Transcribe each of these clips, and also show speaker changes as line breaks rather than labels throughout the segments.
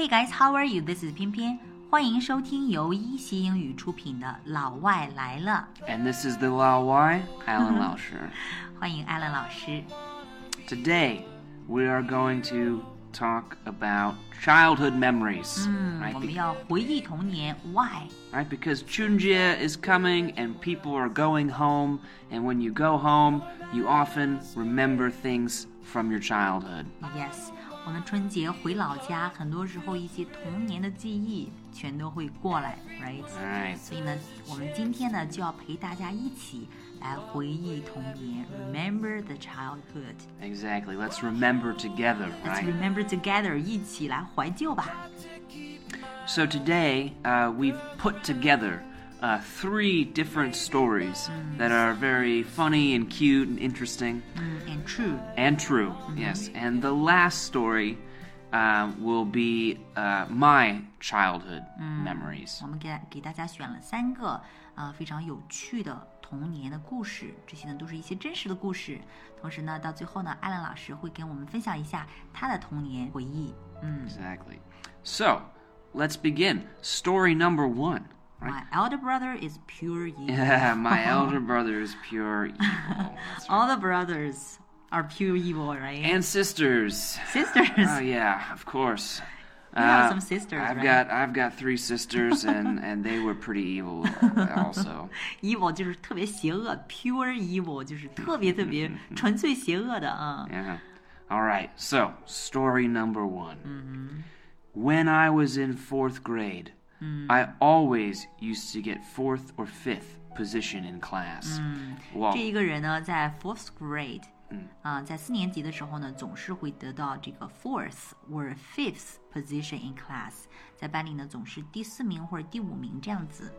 Hey guys, how are you? This is 偏偏，欢迎收听由一席英语出品的《老外来了
And this is the Lao Y, Alan Laosher.》，
欢迎 Alan 老师。
Today, we are going to talk about childhood memories.
嗯，
right?
我
Be-
们要回忆童年，Why？
right? Because Chunjie is coming and people are going home. And when you go home, you often remember things from your childhood.
Yes，我们春节回老家，很多时候一些童年的记忆全都会过来，right？
Alright.
所以呢，我们今天呢就要陪大家一起来回忆童年，Remember the childhood。
Exactly. Let's remember together,
Let's
right?
remember together，一起来怀旧吧。
So today uh, we've put together uh, three different stories that are very funny and cute and interesting
嗯，and true。
and true. Yes, and the last story uh, will be uh, my childhood
Hmm.
memories.
我们给大给大家选了三个啊、呃非常有趣的童年的故事，这些呢都是一些真实的故事。同时呢，到最后呢，艾伦老师会给我们分享一下他的童年回忆。嗯
Exactly. So let's begin. Story number one.
，My elder brother is pure evil.
Yeah, my elder brother is pure evil. That's right.
All the brothers are pure evil, right?
And sisters. Oh
Sisters.
yeah, of course. Uh,
You have some sisters,
I've
right?
got I've got three sisters, and and they were pretty evil uh, also.
evil 就是特别邪恶，pure evil 就是特别特
嗯
别纯粹邪恶的啊。
Yeah. All right. So story number one. When I was in fourth grade, I always used to get fourth or fifth position in class. Well,
这一个人呢，在 fourth grade，嗯，啊、在四年级的时候呢，总是会得到这个 fourth or fifth position in class，在班里呢总是第四名或者第五名这样子。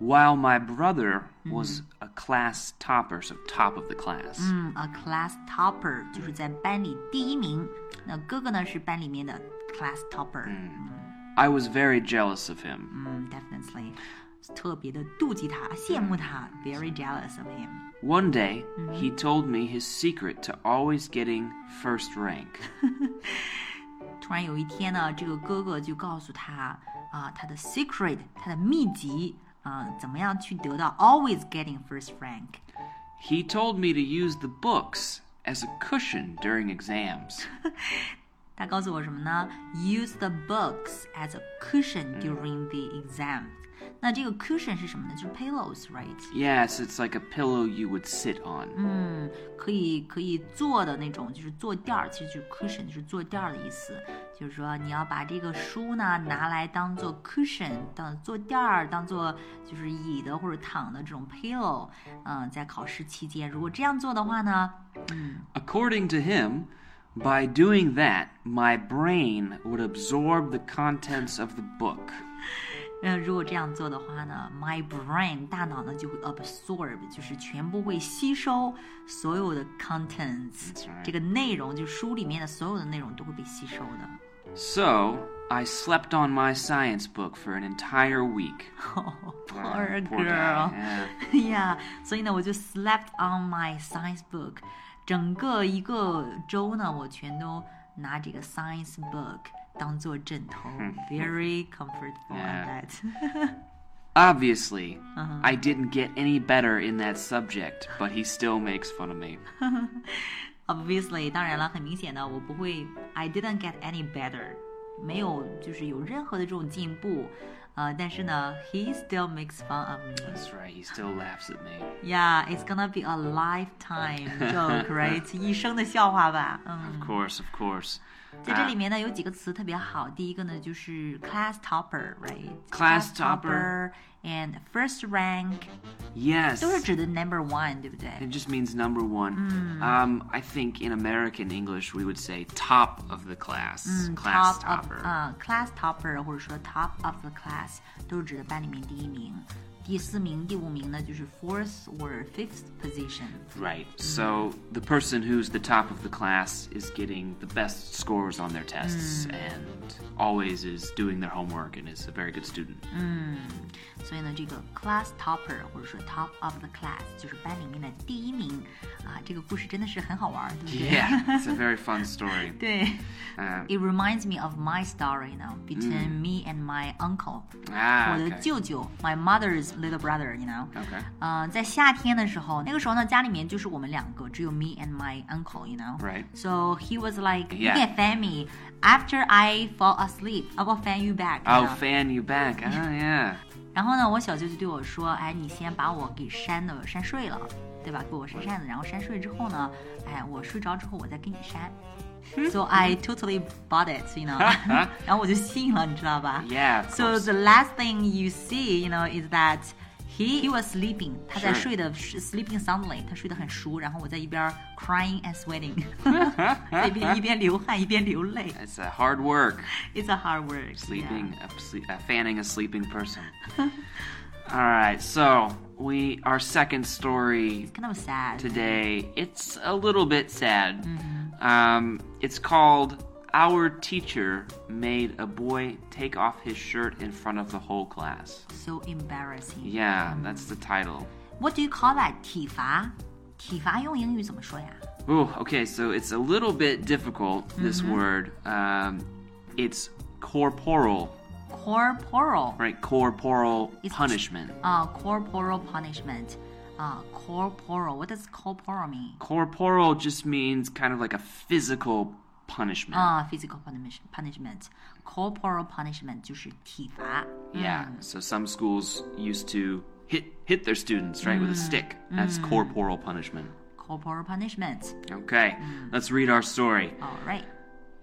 while my brother was a class topper, so top of the class.
嗯，a class topper 就是在班里第一名。那哥哥呢是班里面的 class topper，嗯
I was very jealous of him.
d e f i n i t e l y 特别的妒忌他，羡慕他，very jealous of him。
One day, he told me his secret to always getting first rank.
突然有一天呢，这个哥哥就告诉他啊，他的 secret，他的秘籍啊，怎么样去得到 always getting first rank？
He told me to use the books as a cushion during exams.
他告诉我什么呢？Use the books as a cushion during the exam。那这个 cushion 是什么呢？就是 pillows，right？
Yes, it's like a pillow you would sit on.
嗯，可以可以坐的那种，就是坐垫儿，其实就是 cushion，就是坐垫儿的意思。就是说你要把这个书呢拿来当做 cushion，当坐垫儿，当做就是椅的或者躺的这种 pillow。嗯，在考试期间，如果这样做的话呢，
According to him, by doing that, my brain would absorb the contents of the book.
嗯，如果这样做的话呢，my brain 大脑呢就会 absorb，就是全部会吸收所有的 contents，
right.
这个内容，就书里面的所有的内容都会被吸收的。
So, I slept on my science book for an entire week.
Poor
poor guy,
girl.
yeah.
哎呀，所以呢，我就 slept on my science book，整个一个周呢，我全都拿这个 science book 当做枕头，very comfortable on
Yeah.
that。
Obviously,
Uh-huh.
I didn't get any better in that subject, but he still makes fun of me.
Obviously，当然了，很明显的，我不会，I didn't get any better，没有就是有任何的这种进步，呃，但是呢，he still makes fun of me。
That's right, he still laughs at me.
Yeah, it's gonna be a lifetime joke, right？一生的笑话吧，嗯。
Of course, of course.
在这
Uh,
里面呢，有几个词特别好。第一个呢，就是 class topper，right？class
Class
topper
topper
and first rank
yes.
都是指的 number one，对不对
It just means number one.
Hmm.
Um, I think in American English we would say top of the class, class
Hmm, ？top of uh,
topper.
啊、c l a s s topper 或者说 top of the class 都是指的班里面第一名。第四名、第五名呢，就是 fourth or fifth position。
Right.
hmm.
So the person who's the top of the class is getting the best scores on
Hmm.
their tests and always is doing their homework and is a very good student.
所以呢，这个 class topper 或者说 top of the class 就是班里面的第一名啊。这个故事真的是很好玩，对不对
Yeah, it's a very fun story.
对
Um,
，It reminds me of my story now between me and my uncle，、
Mm. ah,
我的
okay.
舅舅，my mother's little brother，you know。
Okay.
嗯、在夏天的时候，那个时候呢，家里面就是我们两个，只有 me and my uncle，you know。
Right.
So he was like, "You
Yeah.
can fan me. After I fall asleep, I will fan you back." you
I'll
know?
Oh, fan you back. Ah, yeah.
然后呢，我小舅就对我说：“哎，你先把我给扇的扇睡了，对吧？给我扇扇子，然后扇睡之后呢，哎，我睡着之后我再给你扇。” So I totally bought it, you know. 然后我就信了，你知道吧
Yeah, of
So
course.
the last thing you see, you know, is that he he was sleeping. 他在
Sure.
睡的 sleeping soundly，他睡得很熟。然后我在一边 crying and sweating，在一边一边流汗一边流泪。
It's a hard work
It's a hard work.
sleeping, a sle- a fanning a sleeping person. All right. So we our second story
Kind of sad.
today. It's a little bit sad. Um, it's called "Our Teacher Made a Boy Take Off His Shirt in Front of the Whole Class."
So embarrassing.
Yeah, that's the title.
What do you call that？体罚，体罚用英语怎么说呀
Ooh, okay, so it's a little bit difficult, this word. Um, it's corporal,
？Corporal
right? Corporal
It's-
punishment.
啊、c o r p o r a l punishment 啊、c o r p o r a l What does corporal mean？
Corporal just means kind of like a physical punishment.
啊、p h y s i c a l punishment punishment corporal punishment 就是体罚。
yeah, so some schools used to hit hit their students, right, with a stick. That's corporal punishment.
Corporal punishment.
Okay, let's read our story.
All right.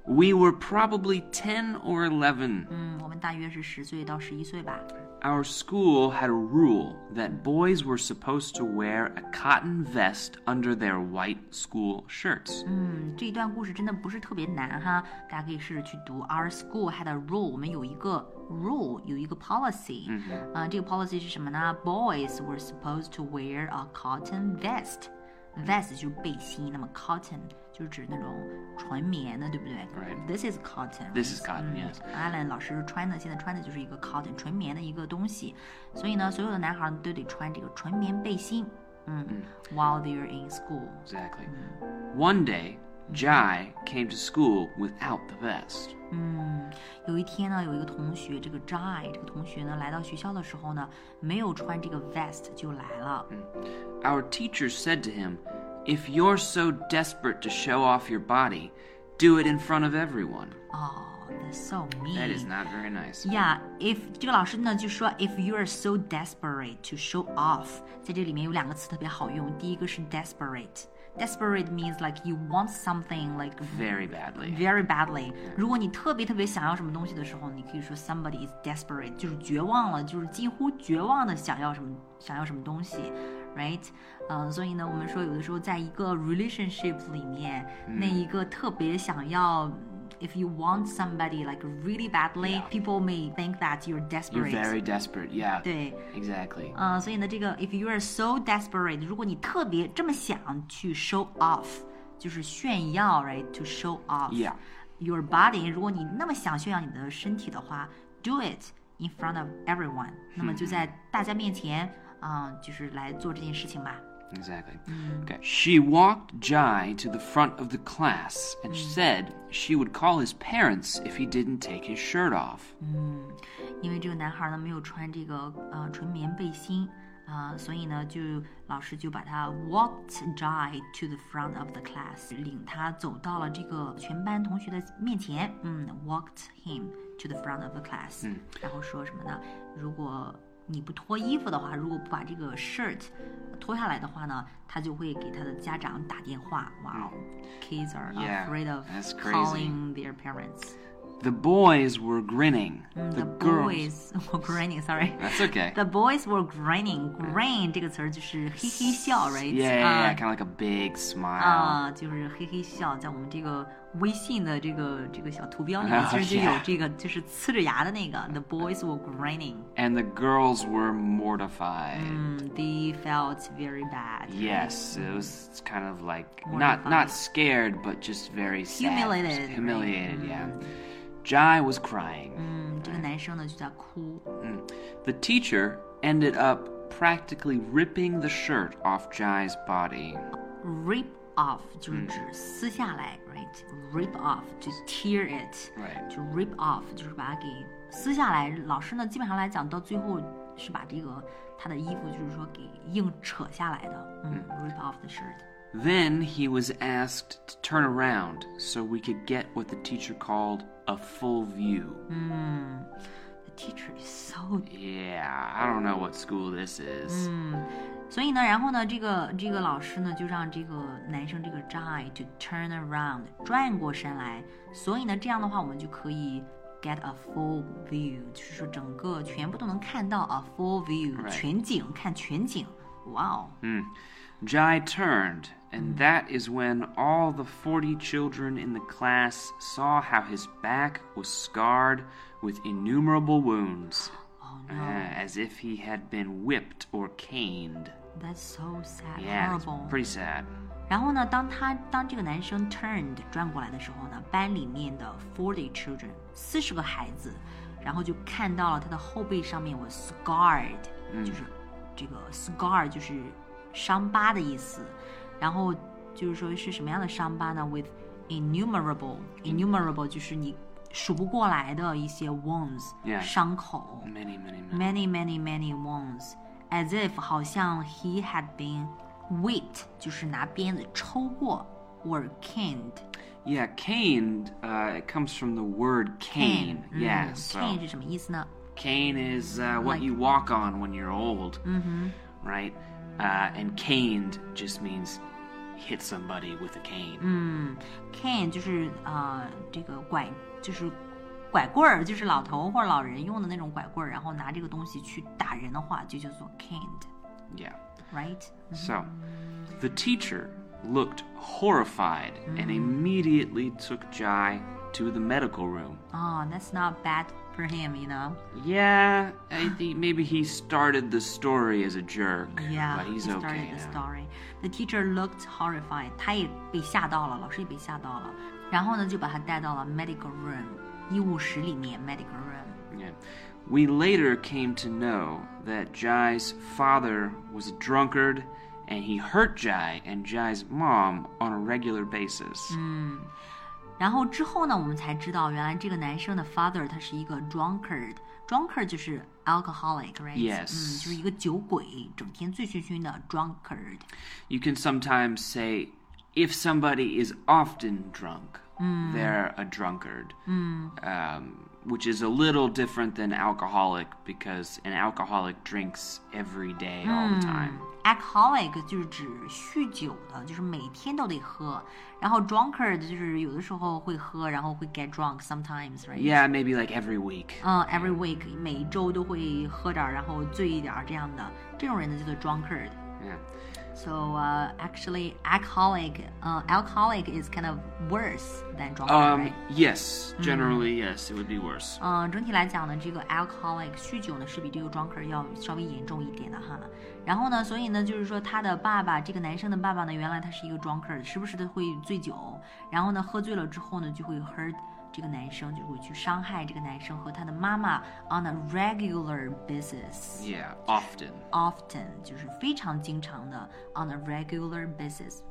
We were probably 10 or 11.
嗯，我们大约是十岁到十一岁吧。
Our school had a rule that boys were supposed to wear a cotton vest under their white school shirts.
嗯，这一段故事真的不是特别难哈，大家可以试着去读。Our school had a rule，我们有一个 rule，有一个 policy。嗯、这个 policy 是什么呢？Boys were supposed to wear a cotton vest。Vest 就是背心，那么 cotton 就是指那种纯棉的，对不对
Right
This is cotton.
This is cotton, yes.
Allen 老师穿的，现在穿的就是一个 cotton 纯棉的一个东西，所以呢，所有的男孩儿都得穿这个纯棉背心。嗯 w h i l e they're in school，
Exactly. One day, Jai came to school without the vest.
有一天呢，有一个同学，这个 Jai 这个同学呢，来到学校的时候呢，没有穿这个 vest 就来了。
嗯 Our teacher said to him, If you're so desperate to show off your body, do it in front of everyone.
哦、t h a t s so mean.
That is not very nice.
Yeah, if 这个老师呢就说，if you are so desperate to show off，在这里面有两个词特别好用，第一个是 desperate。Desperate means like you want something like
Very badly.
very badly。如
嗯
果你特别特别想要什么东西的时候，你可以说 somebody is desperate，就是绝望了，就是近乎绝望的想要什么想要什么东西，right？嗯、所以呢，我们说有的时候在一个
嗯
relationship 里面，那一个特别想要。If you want somebody like really badly, people may think that you're
You're
desperate.
very desperate. Yeah.
对，
Exactly.
嗯，所以呢，这个 if you are so desperate，如果你特别这么想去 show off，就是炫耀，right？To show off
Yeah.
your body，如果你那么想炫耀你的身体的话，do it in front of everyone，那么就在大家面前，嗯，就是来做这件事情吧。
Exactly.
Mm-hmm.
Okay. She walked Jai to the front of the class and
Mm-hmm.
said she would call his parents if he didn't take his shirt off.
因为这个男孩呢没有穿这个呃纯棉背心啊、所以呢就老师就把他 walked Jai to the front of the class，领他走到了这个全班同学的面前，嗯，walked him to the front of the class，、然
嗯
后说什么呢？如果你不脱衣服的话，如果不把这个 shirt 脱下来的话呢，他就会给他的家长打电话。哇、哦 k i d s are
Yeah,
afraid of
that's crazy.
calling their parents。
The boys were grinning.
Mm, The boys were grinning. Sorry.
That's okay.
The boys were grinning. Grin 这个词儿就是嘿嘿笑，right？
yeah, yeah, yeah
啊
kind of like a big smile.
啊，就是嘿嘿笑，在我们这个微信的这个这个小图标里 面，其实就
Oh,
有
yeah.
这个，就是呲着牙的那个。The boys were grinning.
and the girls were mortified.
嗯，They felt very bad. Mm,
Yes, it was it's kind of like not not scared, but just very sad.
Humiliated, right?
Humiliated, yeah. Jai was crying.
嗯，这个男生呢就在哭。
Mm. The teacher ended up practically ripping the shirt off Jai's body.
rip off
嗯
就是指撕下来、r i g h t Rip off to tear it，、
Right.
就 rip off 就是把它给撕下来。老师呢，基本上来讲到最后是把这个他的衣服就是说给硬扯下来的，嗯 r i p off the shirt。
Then he was asked to turn around so we could get what the teacher called a full view.
The teacher is so
Yeah, I don't know what school this is.
所以呢，然后呢，这个这个老师呢就让这个男生这个 Jai to turn around 转过身来，所以呢，这样的话我们就可以 get a full view，就是说整个全部都能看到 a full view、
Right
全景，看全景。哇哦，
Jai turned, and that is when all the 40 children in the class saw how his back was scarred with innumerable wounds,
oh
uh, as if he had been whipped or caned.
no，that's so sad，horrible。
Yeah, it's pretty sad.
然后呢，当他当这个男生 turned 转过来的时候呢，班里面的 forty children 四十个孩子，然后就看到了他的后背上面 was scarred，、就是这个 scar 就是伤疤的意思，然后就是说是什么样的伤疤呢？with innumerable innumerable 就是你数不过来的一些 wounds、
Yeah
伤口。
Many, many,
many
many.
many many wounds, as if 好像 he had been whipped，就是拿鞭子抽过，or caned。
Yeah, caned, uh, it comes from the word cane. Yeah, so.
，cane 嗯是什么意思呢？
Cane is uh, what
Like-
you walk on when you're old, mm-hmm. right? Uh, and caned just means hit somebody with a cane.
Mm. cane 就是呃这个拐就是拐棍儿，就是老头或者老人用的那种拐棍儿，然后拿这个东西去打人的话，就叫做 caned，right？
Yeah. So, the teacher looked horrified and immediately took Jai to the medical room.
哦、t h a t s not bad for him，you know。
Yeah, I think maybe he started the story as a jerk,
Yeah,
but he's
he started
okay
the
now.
story. The teacher looked horrified. 他也被吓到了，老师也被吓到了。然后呢，就把他带到了 medical room 医务室里面 medical room。
Yeah. We later came to know that Jai's father was a drunkard and he hurt Jai and Jai's mom on a regular
Mm.
basis.
然后之后呢，我们才知道原来这个男生的 father 他是一个 drunkard。drunkard 就是 alcoholic，right？、
Yes
嗯，就是一个酒鬼，整天醉醺醺的 drunkard。
You can sometimes say if somebody is often drunk, they're a drunkard, um, which is a little different than alcoholic because an alcoholic drinks every day all the time.
alcoholic 就是指酗酒的，就是每天都得喝。然后 drunkard 就是有的时候会喝，然后会 get drunk sometimes，right？
Yeah, maybe like every week.
嗯、e v e r y week 每周都会喝点儿，然后醉一点儿这样的，这种人呢叫做 drunkard。
Yeah.
So、uh, actually, alcoholic, 呃、alcoholic is kind of worse than drunkard.
Um,
right?
yes, generally, yes, it would be worse.
嗯，整体来讲呢，这个 alcoholic 酗酒呢是比这个 drunkard 要稍微严重一点的哈。然后呢，所以呢，就是说他的爸爸，这个男生的爸爸呢，原来他是一个 drunkard，时不时的会醉酒，然后呢，喝醉了之后呢，就会 hurt 这个男生，就会去伤害这个男生和他的妈妈 on a regular basis。
Yeah, often.
Often 就是非常经常的 on a regular basis，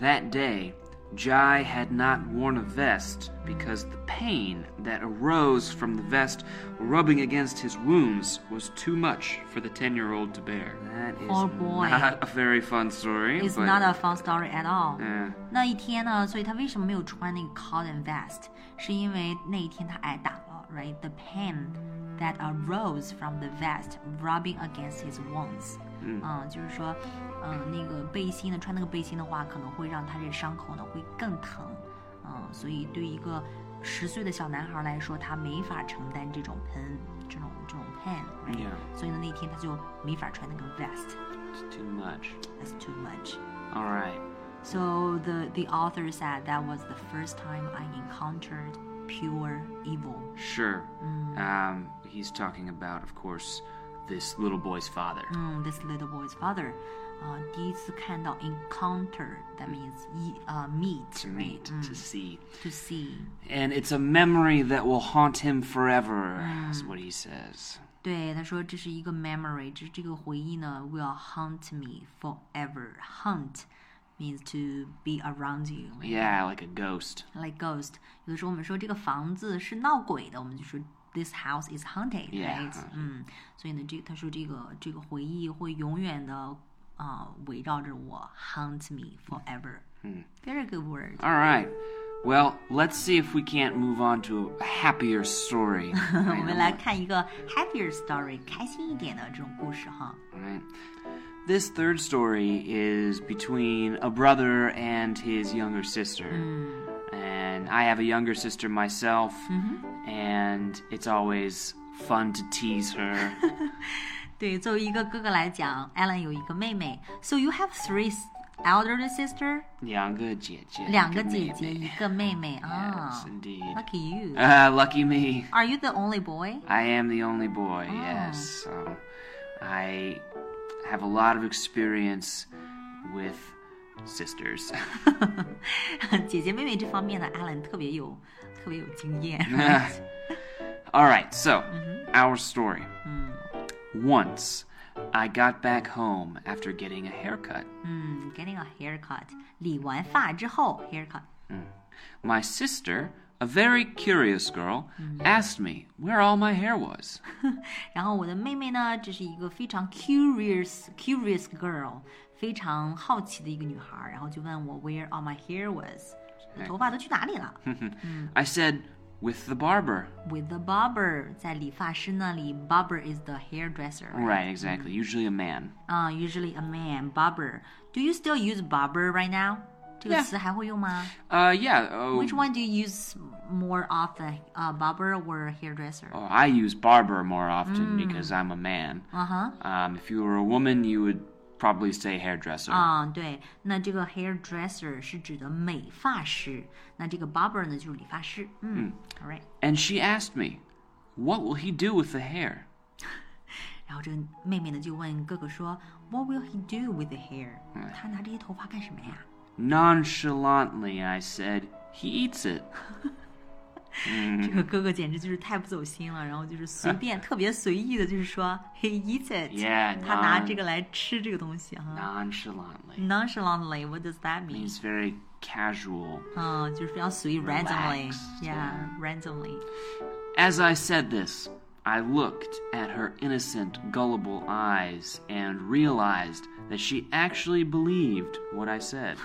That day, Jai had not worn a vest because the pain that arose from the vest rubbing against his wounds was too much for the 10 year old to bear. That is
Poor boy.
not a very fun story.
It's
but,
not a fun story at all.
嗯
那一天呢，所以他为什么没有穿那个 cotton vest？是因为那一天他挨打了，right? The pain that arose from the vest rubbing against his wounds. 嗯就是说，嗯、那个背心呢，穿那个背心的话，可能会让他这伤口呢会更疼。嗯，所以对于一个十岁的小男孩来说，他没法承担这种 pain，这种这种 pain、right?。
Yeah.
所以呢，那天他就没法穿那个 vest.
it's too much.
That's too much.
All right.
So the, the author said that was the first time I encountered pure evil.
Sure.
Mm.
Um, he's talking about, of course, this little boy's father.
Mm, this little Um, boy's father. 啊、第一次看到 encounter，that means 一啊、meet
to meet,
Mm.
to see.
to see，
And it's a memory that will haunt him forever,
Mm.
is what he says.
对，他说这是一个 memory，这这个回忆呢，will haunt me forever。Haunt means to be around you。
Yeah, like a ghost.
like ghost。有的时候我们说这个房子是闹鬼的，我们就说 this house is haunted，right？、
Yeah，
嗯，所以呢，这他说这个这个回忆会永远的啊、围绕着我，haunt me forever。嗯，very good word。
All right. Well, let's see if we can't move on to a happier story.
我们来看一个 happier story，开心一点的这种故事哈。
Right. This third story is between a brother and his younger sister. And I have a younger sister myself, and it's always fun to tease her.
对，作为一个哥哥来讲，Alan 有一个妹妹，so you have three elder sister，
两个姐姐，
两个姐
一个妹妹。
姐，一个妹妹
Yes,
啊。
indeed.
Oh. Lucky you.
Ah, lucky me.
Are you the only boy?
I am the only boy, yes. So I have a lot of experience with sisters.
姐姐妹妹这方面呢，Alan 特别有特别有经验。
All right, so our story. Once I got back home after getting a haircut.
嗯，getting a haircut，理完发之后 haircut。
My sister, a very curious girl, asked me where all my hair was.
然后我的妹妹呢，这是一个非常 curious curious girl，非常好奇的一个女孩儿，然后就问我 where all my hair was，头发都去哪里了
I said, with the barber.
？With the barber，在理发师那里，barber is the hairdresser。
Right, exactly. Usually a man.
啊、u s u a l l y a man barber。Do you still use barber right now？这个
Yeah.
词还会用吗
Uh, yeah. Oh,
Which one do you use more often, uh, barber or hairdresser?
oh, I use barber more often because I'm a man.
Uh huh.
Um, if you were a woman, you would probably say hairdresser.
啊、对，那这个 hairdresser 是指的美发师，那这个 barber 呢就是理发师。嗯 a l right。
and she asked me, "What will he do with the hair?"
然后这个妹妹呢就问哥哥说，What will he do with the hair？、他拿这些头发干什么呀？
Nonchalantly, I said, "He eats it."
这个哥哥简直就是太不走心了，然后就是随便、特别随意的，就是说 he eats it，、
Yeah,
他拿
non-
这个来吃这个东西哈。
Nonchalantly
Nonchalantly，what does that mean？
means very casual.
嗯，就是非常随意 randomly，yeah，randomly。
Relaxed,
randomly
As I said this, I looked at her innocent, gullible eyes and realized that she actually believed what I said.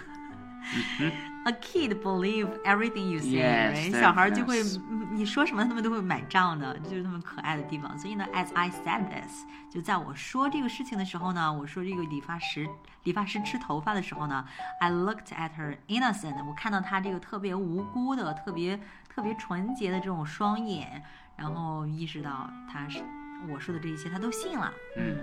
A kid believe everything you say，、
Yes,
right?
that-
小孩就会
that's-
嗯你说什么他们都会买账的，这就是他们可爱的地方。所以呢，as I said this，就在我说这个事情的时候呢，我说这个理发师理发师吃头发的时候呢，I looked at her innocent，我看到她这个特别无辜的、特别特别纯洁的这种双眼，然后意识到她是我说的这一切，她都信了。嗯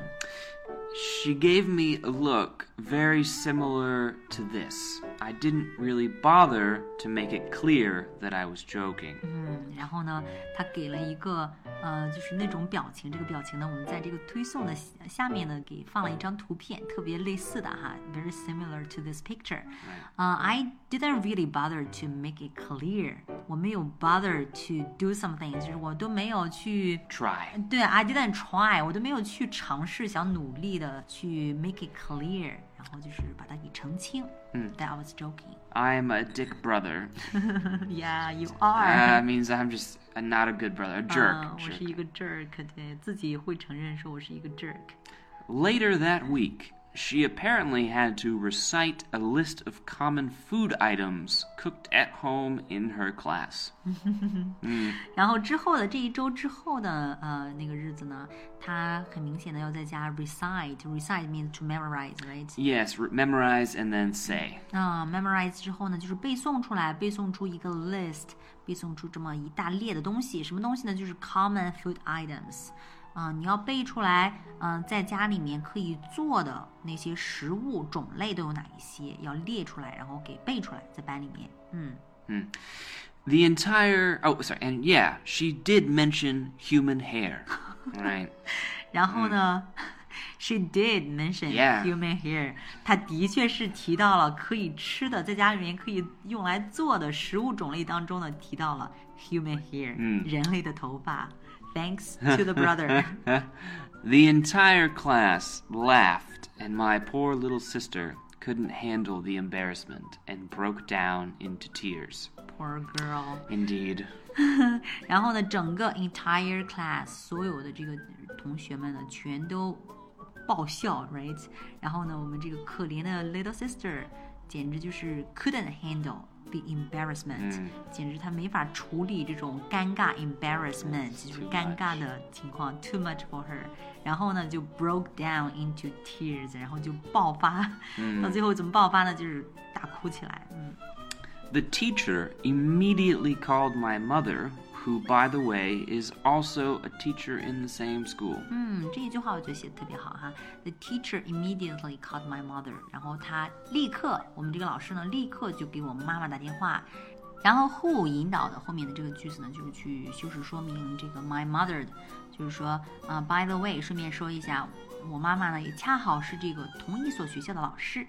She gave me a look very similar to this. I didn't really bother to make it clear that I was joking.
嗯，然后呢，他给了一个呃，就是那种表情，这个表情呢，我们在这个推送的下下面呢，给放了一张图片，特别类似的哈，very similar to this picture。呃、i didn't really bother to make it clear，我没有 bother to do something，就是我都没有去。
Try.
对，I didn't try，我都没有去尝试，想努力的去 make it clear，然后就是把它给澄清。嗯，That I was joking.
I'm a dick brother.
Yeah, you are.
That means I'm just a, not a good brother, a jerk.
啊我
jerk.
是一个 jerk，对自己会承认说我是一个 jerk。
Later that week, she apparently had to recite a list of common food items cooked at home in her class.
然后之后的这一周之后的呃那个日子呢，他很明显的要在家 recite。recite means to memorize，right？
Yes, re- memorize and then say.
那、memorize 之后呢，就是背诵出来，背诵出一个 list，背诵出这么一大列的东西。什么东西呢？就是 common food items。啊、你要背出来，嗯、在家里面可以做的那些食物种类都有哪一些，要列出来，然后给背出来，在班里面，嗯。
The entire. Oh, sorry. And yeah, she did mention human hair. right.
然后呢， She did mention
嗯 Yeah.
human hair，她的确是提到了可以吃的，在家里面可以用来做的食物种类当中呢，提到了 human hair，、
嗯
人类的头发。Thanks to the brother，
The entire class laughed, and my poor little sister couldn't handle the embarrassment and broke down into tears.
poor girl。
Indeed.
然后呢，整个 entire class 所有的这个同学们呢，全都爆笑，right？然后呢，我们这个可怜的 little sister 简直就是 couldn't handle the embarrassment，、
嗯
简直她没法处理这种尴尬 embarrassment，就是
too
尴尬的情况，too much for her。然后呢，就 broke down into tears，然后就爆发，
嗯
到最后怎么爆发呢？就是大哭起来。嗯
The teacher immediately called my mother, who, by the way, is also a teacher in the same school.
嗯，这一句话我觉得写的特别好哈。The teacher immediately called my mother，然后他立刻，我们这个老师呢，立刻就给我妈妈打电话。然后 who 引导的后面的这个句子呢，就是去修饰说明这个 my mother 的，就是说啊、呃 b y the way，顺便说一下，我妈妈呢也恰好是这个同一所学校的老师。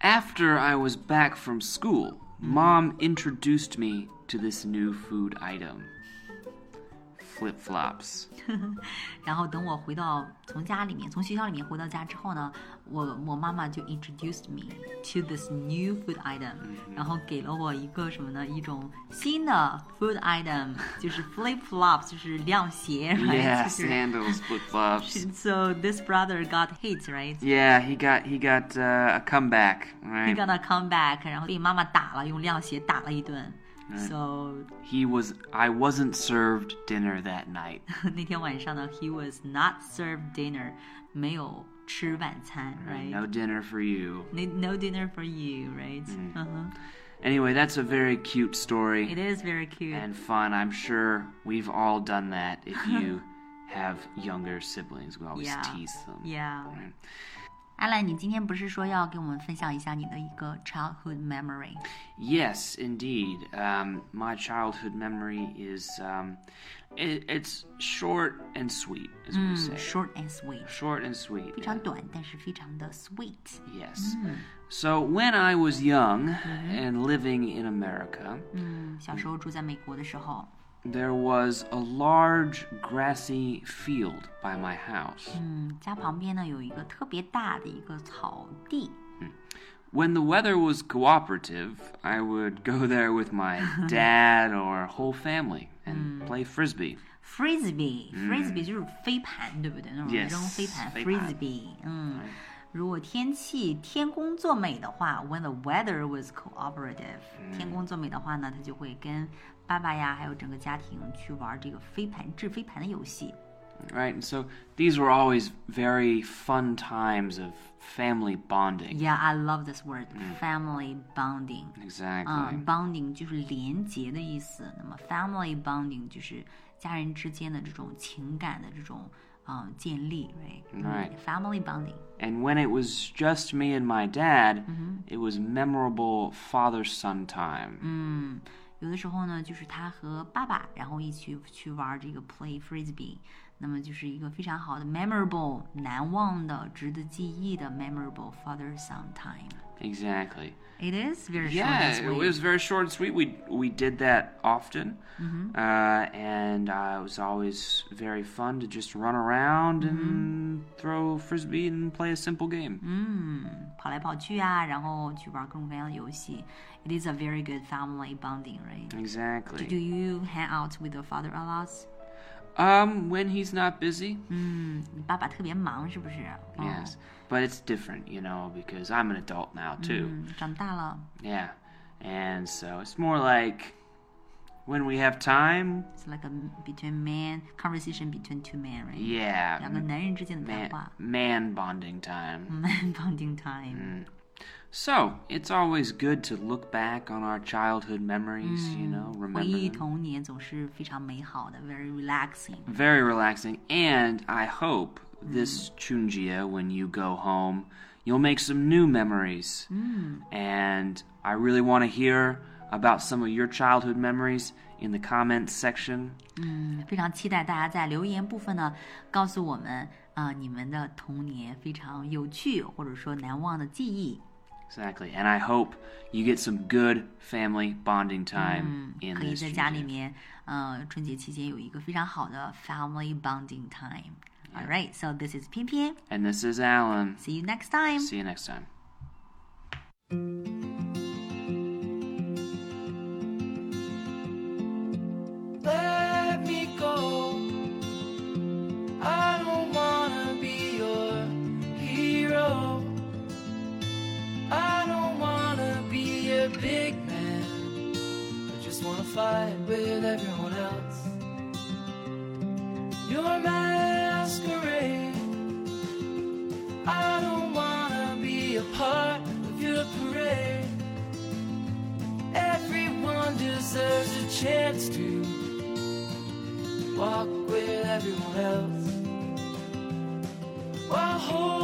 After I was back from school, mom introduced me to this new food item flip flops.
然后等我回到从家里面，从学校里面回到家之后呢，我我妈妈就 introduced me to this new food item，、然后给了我一个什么呢？一种新的 food item，就是 flip flop，就是亮鞋
Yeah,
，right？就是
sandals, flip flops.
So this brother got hit, right?
Yeah, he got he got uh, a comeback. Right.
He gonna come back，然后被妈妈打了，用亮鞋打了一顿。So
He was I wasn't served dinner that night.
那天晚上呢，he was not served dinner，没有吃晚餐，right？
No dinner for you.
No, no dinner for you, right? 嗯哼
Anyway, that's a very cute story
It is very cute.
and fun. I'm sure we've all done that if you have younger siblings. We always
Yeah.
tease them.
yeah.
Right.
阿兰，你今天不是说要给我们分享一下你的一个 childhood memory？
Yes, indeed. Um, my childhood memory is um, it, it's short and sweet, as we say.
嗯 Short and sweet，
Short and sweet.
非常短，但是非常的 sweet。
Yes. So when I was young and living in America,
嗯，小时候住在美国的时候，
there was a large grassy field by my house.
嗯，家旁边呢有一个特别大的一个草地。
When the weather was cooperative, I would go there with my dad or whole family and play frisbee.
Frisbee，Frisbee、就是飞盘，对不对？那种
嗯 Yes，
扔飞盘
飞盘
Frisbee。嗯，如果天气天公作美的话，When the weather was cooperative，、天
嗯
公作美的话呢，他就会跟爸爸呀，还有整个家庭去玩这个飞盘掷飞盘的游戏。
Right? And so these were always very fun times of family bonding.
Yeah, I love this word,
嗯
family bonding.
Exactly.
啊 b o n d i n g 就是连结的意思。那么 family bonding 就是家人之间的这种情感的这种啊、呃建立，right？
Right.
嗯 Family bonding。
And when it was just me and my dad, it was memorable father son time.
有的时候呢，就是他和爸爸，然后一起去玩这个 play frisbee，那么就是一个非常好的 memorable 难忘的、值得记忆的 memorable father son time。
Exactly.
It is very short
yeah,
and
it
sweet.
was very short and sweet. We we did that often,
Mm-hmm.
uh, and uh, it was always very fun to just run around and
Mm-hmm.
throw frisbee and play a simple game.
嗯跑来跑去啊，然后去玩各种各样的游戏。It is a very good family bonding, right?
Exactly.
Do you hang out with your father a lot? 嗯
Um, when he's not busy,
你爸爸特别忙是不是？
yes, but it's different, you know, because I'm an adult now too.
嗯，长大了
Yeah, and so it's more like when we have time.
，it's like a between man conversation between two men, right? 两个
Yeah,
男人之间的谈
man,
话
man bonding time.
，man bonding time。
So, it's always good to look back on our childhood memories, you know,
回忆
remember. Them.
童年总是非常美好的，very relaxing。
Very relaxing, and I hope this Chunjia, when you go home, you'll make some new memories. And I really want to hear about some of your childhood memories in the comments section.
嗯，非常期待大家在留言部分呢，告诉我们啊、你们的童年非常有趣或者说难忘的记忆。
Exactly. And I hope you get some good family bonding time
嗯
in
可以
this.
在
New
家里
Year.
面，呃，春节期间有一个非常好的 family bonding time。All right, so this is 偏偏
And this is Alan.
See you next time.
See you next time.
Let me go. I don't wanna be your hero. I don't wanna be a big man. I just wanna fight with everyone else. Your masquerade. I don't wanna be a part of your parade. Everyone deserves a chance to walk with everyone else while holding.